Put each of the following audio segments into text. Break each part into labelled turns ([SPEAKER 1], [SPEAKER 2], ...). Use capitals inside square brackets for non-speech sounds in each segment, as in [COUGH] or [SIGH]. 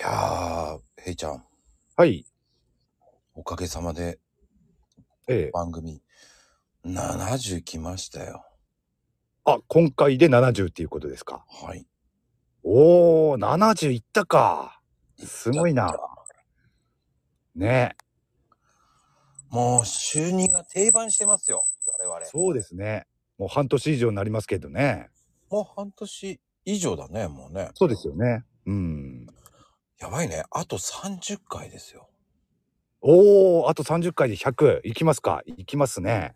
[SPEAKER 1] やー、ヘイちゃん、
[SPEAKER 2] はい。
[SPEAKER 1] おかげさまで
[SPEAKER 2] ええ。
[SPEAKER 1] 番組70来ましたよ。
[SPEAKER 2] あ、今回で70っていうことですか。
[SPEAKER 1] はい。
[SPEAKER 2] おお、70いったか。すごいな
[SPEAKER 1] やった
[SPEAKER 2] ね
[SPEAKER 1] もう、就任が定番してますよ、我々
[SPEAKER 2] え。。そうですね。もう半年以上になりますけどね。
[SPEAKER 1] もう半年以上だね、もうね。
[SPEAKER 2] そうですよね。うん。
[SPEAKER 1] やばいね、あと30回ですよ。
[SPEAKER 2] おお、あと30回で100。いきますか。いきますね。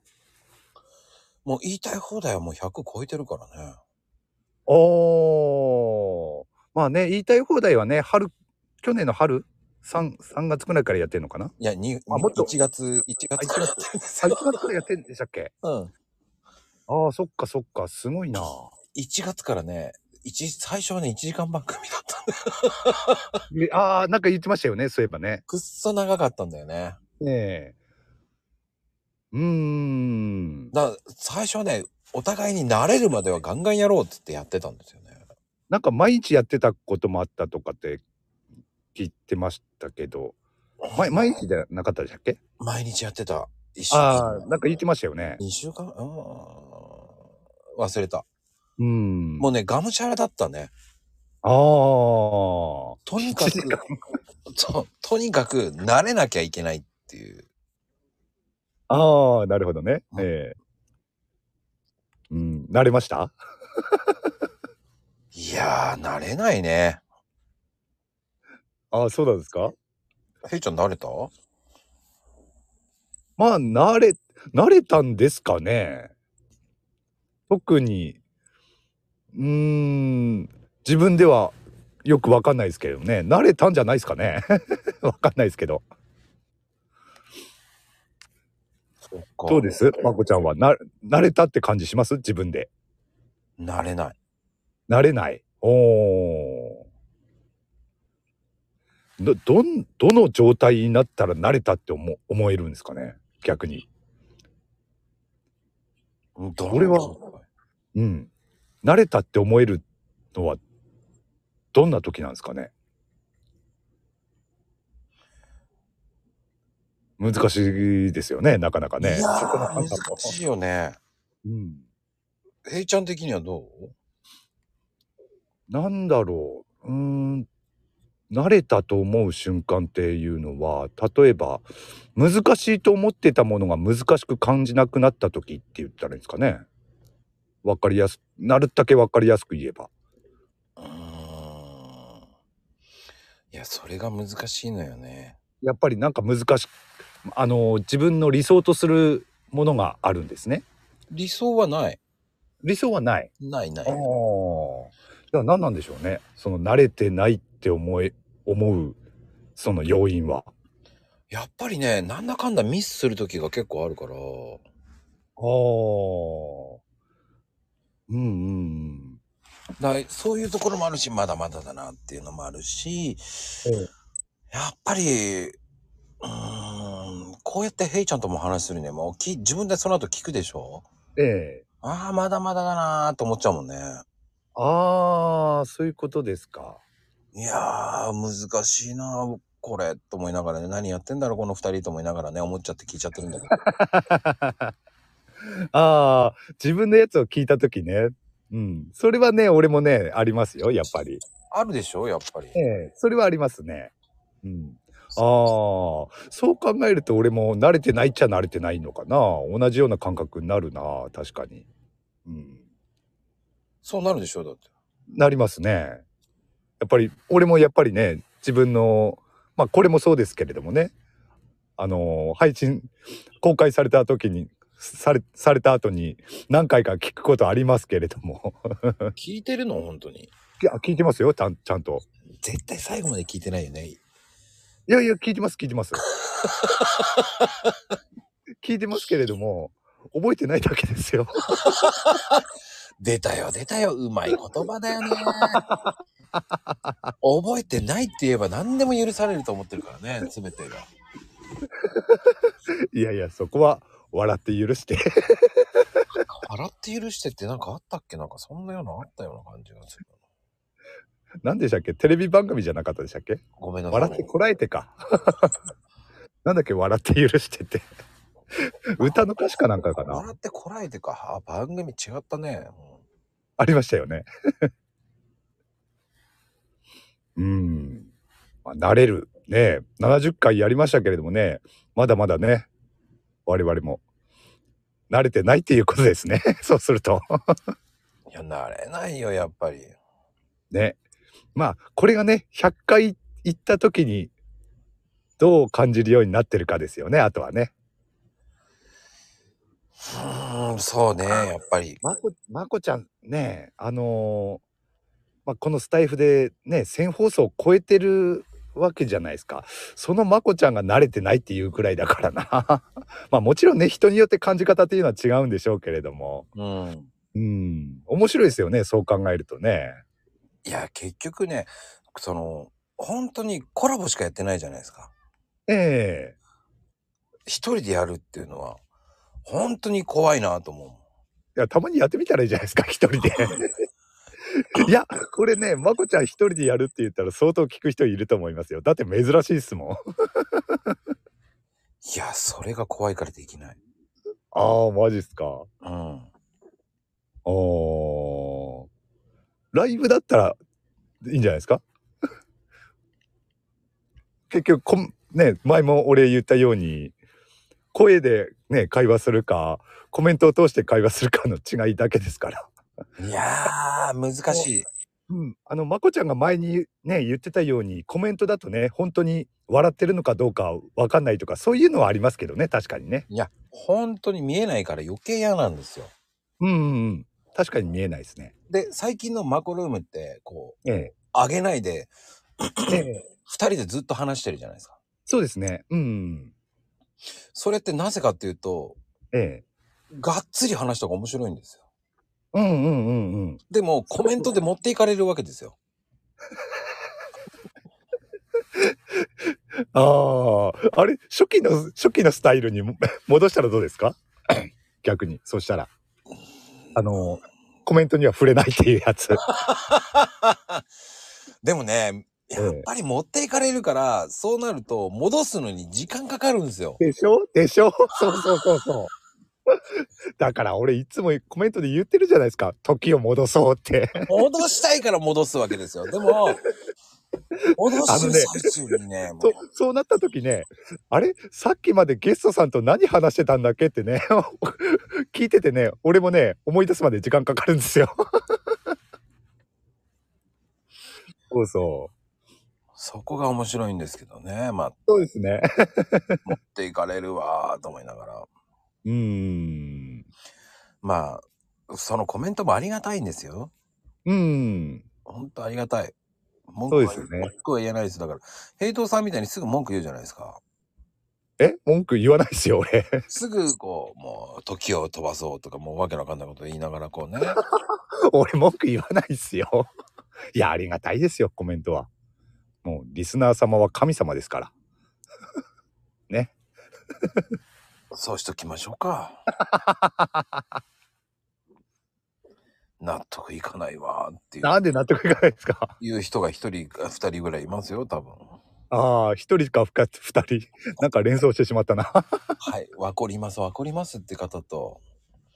[SPEAKER 1] もう言いたい放題はもう100超えてるからね。
[SPEAKER 2] おお。まあね、言いたい放題はね、春、去年の春 ?3、3月くらいからやってるのかな。
[SPEAKER 1] いや、に、
[SPEAKER 2] あもっと
[SPEAKER 1] 1月、1月からやってるんです
[SPEAKER 2] あ、1
[SPEAKER 1] よ。
[SPEAKER 2] 月くらいやってんでしたっけ
[SPEAKER 1] うん。
[SPEAKER 2] ああ、そっかそっか。すごいな。
[SPEAKER 1] 1月からね、一最初はね、1時間番組だったんだよ。
[SPEAKER 2] えああ、なんか言ってましたよね。そういえばね。
[SPEAKER 1] くっそ長かったんだよね。
[SPEAKER 2] ええうーん。
[SPEAKER 1] だから最初はねお互いに慣れるまではガンガンやろうっつってやってたんですよね
[SPEAKER 2] なんか毎日やってたこともあったとかって聞いてましたけど、毎毎日じゃなかったでしたっけ
[SPEAKER 1] 毎日やってた一週
[SPEAKER 2] ああ、なんか言ってましたよね。
[SPEAKER 1] 2週間うーん忘れた
[SPEAKER 2] うーん。
[SPEAKER 1] もうねがむしゃらだったね
[SPEAKER 2] ああ。
[SPEAKER 1] とにか
[SPEAKER 2] [LAUGHS]
[SPEAKER 1] く
[SPEAKER 2] 一時間
[SPEAKER 1] ととにかく慣れなきゃいけないっていう
[SPEAKER 2] ああ、なるほどね。
[SPEAKER 1] うん
[SPEAKER 2] ええうん、慣れました
[SPEAKER 1] いやー慣れないね
[SPEAKER 2] ああ、そうなんですか
[SPEAKER 1] へいちゃん慣れた
[SPEAKER 2] まあ、慣れ、慣れたんですかね。特に、うーん、自分ではよくわかんないですけどね。慣れたんじゃないですかね。 [LAUGHS] わかんないですけど。どうですまこちゃんは。な、慣れたって感じします自分で。
[SPEAKER 1] 慣れない
[SPEAKER 2] 慣れない。おー。ど、どん、どの状態になったら慣れたって思う、思えるんですかね逆に。
[SPEAKER 1] ど
[SPEAKER 2] 俺はうん、慣れたって思えるのはどんな時なんですかね難しいですよねなかなかね
[SPEAKER 1] いや
[SPEAKER 2] そこの
[SPEAKER 1] ー
[SPEAKER 2] 判
[SPEAKER 1] 難
[SPEAKER 2] 断も
[SPEAKER 1] しいよね
[SPEAKER 2] うん、
[SPEAKER 1] へいちゃん的にはどう
[SPEAKER 2] なんだろううーん慣れたと思う瞬間っていうのは例えば難しいと思ってたものが難しく感じなくなった時って言ったらいいんですかねわかりやすなるだけわかりやすく言えば
[SPEAKER 1] うーんいやそれが難しいのよね
[SPEAKER 2] やっぱりなんか難しあの自分の理想とするものがあるんですね
[SPEAKER 1] 理想はない。
[SPEAKER 2] 理想はない
[SPEAKER 1] ないな
[SPEAKER 2] ああ
[SPEAKER 1] い。
[SPEAKER 2] だから何なんでしょうねその慣れてないって思え思うその要因は
[SPEAKER 1] やっぱりね、なんだかんだミスする時が結構あるから、
[SPEAKER 2] ああうんうん
[SPEAKER 1] だからそういうところもあるし、まだまだだなっていうのもあるし、やっぱり、うーん、こうやってヘイちゃんとも話するね、もうき自分でその後聞くでしょ
[SPEAKER 2] ええ
[SPEAKER 1] ああ、まだまだだなーと思っちゃうもんね。
[SPEAKER 2] ああそういうことですか
[SPEAKER 1] いやー、難しいなーこれ、と思いながらね、何やってんだろう、この二人と思いながらね、思っちゃって聞いちゃってるんだけど。
[SPEAKER 2] ああ自分のやつを聞いた時ねうんそれはね俺もねありますよやっぱり
[SPEAKER 1] あるでしょやっぱり。
[SPEAKER 2] ええ、それはありますね。うん。ああ、そう考えると俺も慣れてないっちゃ慣れてないのかな。同じような感覚になるな、確かに。うん。
[SPEAKER 1] そうなるでしょだって。
[SPEAKER 2] なりますね。やっぱり、俺もやっぱりね、自分の、まあこれもそうですけれどもね、あのー配信、公開された時に、され、された後に何回か聞くことありますけれども。 [LAUGHS]
[SPEAKER 1] 聞いてるの本当に。
[SPEAKER 2] いや、聞いてますよ、ちゃん、ちゃんと。
[SPEAKER 1] 絶対最後まで聞いてないよね。
[SPEAKER 2] いやいや、聞いてます、聞いてます。聞いてますけれども、覚えてないだけですよ。
[SPEAKER 1] 出たよ出たようまい言葉だよ
[SPEAKER 2] [LAUGHS]
[SPEAKER 1] ね覚えてないって言えば何でも許されると思ってるからね全てが
[SPEAKER 2] いやいや、そこは笑って許して。
[SPEAKER 1] 笑って許してってなんかあったっけなんかそんなようなあったような感じがする
[SPEAKER 2] 何でしたっけテレビ番組じゃなかったでしたっけ
[SPEAKER 1] ごめんなさい。
[SPEAKER 2] 笑ってこらえてか。なんだっけ笑って許してって。歌の歌詞かなんかかな
[SPEAKER 1] 笑ってこらえてか。あ番組違ったね。うん
[SPEAKER 2] ありましたよね。 [LAUGHS] うん。まあ、慣れる。ね70回やりましたけれどもね、まだまだね、我々も慣れてないっていうことですね。 [LAUGHS] そうすると。
[SPEAKER 1] いや、慣れないよ、やっぱり。
[SPEAKER 2] ね。まあ、これがね、100回行った時に、どう感じるようになってるかですよね、あとはね。
[SPEAKER 1] うーん、そうね、やっぱり。
[SPEAKER 2] まこ、まこちゃんね、あのーまあ、このスタイフでね、1000放送を超えてるわけじゃないですか。そのまこちゃんが慣れてないっていうくらいだからな。 [LAUGHS] まあもちろんね、人によって感じ方っていうのは違うんでしょうけれども。
[SPEAKER 1] うん。
[SPEAKER 2] うん。面白いですよね、そう考えるとね。
[SPEAKER 1] いや、結局ね、その、本当にコラボしかやってないじゃないですか。
[SPEAKER 2] ええ
[SPEAKER 1] 一人でやるっていうのは、本当に怖いなと思うもん。
[SPEAKER 2] いや、たまにやってみたらいいじゃないですか、一人で。いや、これね、まこちゃん一人でやるって言ったら相当聞く人いると思いますよ。だって珍しいっすもん。
[SPEAKER 1] いや、それが怖いからできない。
[SPEAKER 2] ああ、マジっすか。
[SPEAKER 1] うん。
[SPEAKER 2] おーライブだったらいいんじゃないですか [LAUGHS] 結局こん、ね、前も俺言ったように声で、ね、会話するかコメントを通して会話するかの違いだけですから。
[SPEAKER 1] いやー、難しい。
[SPEAKER 2] うん、あのまこちゃんが前にね言ってたようにコメントだとね本当に笑ってるのかどうかわかんないとかそういうのはありますけどね確かにね。
[SPEAKER 1] いや、本当に見えないから余計嫌なんですよ。
[SPEAKER 2] うんうんうん確かに見えないですね。
[SPEAKER 1] で、最近のマコルームって、こう、
[SPEAKER 2] ええ
[SPEAKER 1] 上げないで、
[SPEAKER 2] [LAUGHS] ええ、
[SPEAKER 1] 二人でずっと話してるじゃないですか。
[SPEAKER 2] そうですね。うんうん、
[SPEAKER 1] それってなぜかっていうと、
[SPEAKER 2] ええ
[SPEAKER 1] がっつり話した方が面白いんですよ。
[SPEAKER 2] うんうんうんうん。
[SPEAKER 1] でも、コメントで持っていかれるわけですよ。
[SPEAKER 2] ああ、あれ、初期の、初期のスタイルにも [LAUGHS] 戻したらどうですか [COUGHS] 逆に、そしたら。あの、コメントには触れないっていうや [LAUGHS] つ。
[SPEAKER 1] でもね、
[SPEAKER 2] ええ
[SPEAKER 1] やっぱり持っていかれるから、そうなると、戻すのに時間かかるん
[SPEAKER 2] [LAUGHS]
[SPEAKER 1] ですよ。
[SPEAKER 2] でしょでしょそうそうそうそう。 [LAUGHS] だから俺いつもコメントで言ってるじゃないですか。時を戻そうって。
[SPEAKER 1] 戻したいから戻すわけですよ。でも、戻
[SPEAKER 2] あ
[SPEAKER 1] して
[SPEAKER 2] の
[SPEAKER 1] る
[SPEAKER 2] ね
[SPEAKER 1] 最中にね、も
[SPEAKER 2] そうそうなった時ね、あれさっきまでゲストさんと何話してたんだっけってね、 [LAUGHS] 聞いててね、俺もね、思い出すまで時間かかるんです [LAUGHS] よ。そうそう。
[SPEAKER 1] そこが面白いんですけどね。まあ、
[SPEAKER 2] そうですね。
[SPEAKER 1] 持っていかれるわーと思いながら。
[SPEAKER 2] うーん。
[SPEAKER 1] まあ、そのコメントもありがたいんですよ。
[SPEAKER 2] うーん。
[SPEAKER 1] ほんとありがたい。文句
[SPEAKER 2] そう
[SPEAKER 1] は
[SPEAKER 2] ですよね
[SPEAKER 1] 文句は言えないです。だから、平等さんみたいにすぐ文句言うじゃないですか。
[SPEAKER 2] え文句言わないですよ、俺。 [LAUGHS]
[SPEAKER 1] すぐこう、もう、時を飛ばそうとか、もうわけのわかんないこと言いながらこうね。
[SPEAKER 2] 俺文句言わないですよ。いや、ありがたいですよ、コメントは。もう、リスナー様は神様ですから。
[SPEAKER 1] そうしときましょうか。納得いかないわーっていう
[SPEAKER 2] なんで納得いかないですか
[SPEAKER 1] いう人が一人か二人ぐらいいますよ、多分。
[SPEAKER 2] ああ、一人か二人二人、なんか連想してしまったな。
[SPEAKER 1] はい、わかります、わかりますって方と、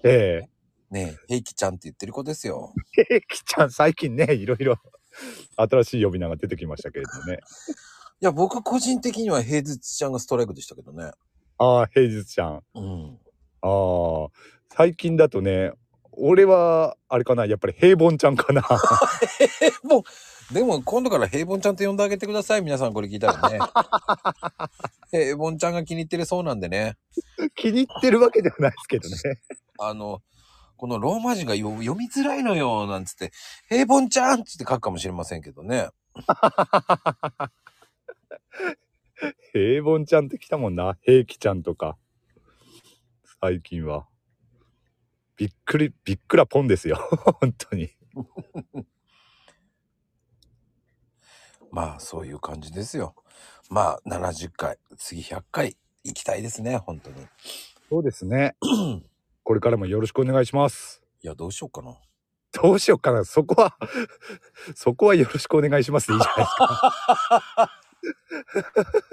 [SPEAKER 2] え
[SPEAKER 1] ねえ、平気ちゃんって言ってる子ですよ。
[SPEAKER 2] えケーキちゃん、最近ね、いろいろ新しい呼び名が出てきましたけれどもね。
[SPEAKER 1] いや、僕個人的には平日ちゃんがストライクでしたけどね。
[SPEAKER 2] ああ、平日ちゃん。あ
[SPEAKER 1] うん。
[SPEAKER 2] あ、最近だとね、俺は、あれかな、やっぱり平凡ちゃんかな。
[SPEAKER 1] もう、でも今度から平凡ちゃんって呼んであげてください。皆さんこれ聞いた [LAUGHS] らね。平凡ちゃんが気に入ってるそうなんでね。
[SPEAKER 2] 気に入ってるわけではないですけどね。
[SPEAKER 1] あの、このローマ字がよ読みづらいのよ、なんつって、平凡ちゃんっつって書くかもしれませんけどね。
[SPEAKER 2] 平凡ちゃんって来たもんな。平気ちゃんとか。最近は。びっくり、びっくらポンですよ。本当に。
[SPEAKER 1] まあ、そういう感じですよ。まあ、70回、次100回行きたいですね、本当に。い
[SPEAKER 2] そうですね。これからもよろしくお願いします。
[SPEAKER 1] や、どうしようかな。
[SPEAKER 2] どうしようかな。そこは、そこはよろしくお願いしますでいいじゃないですか。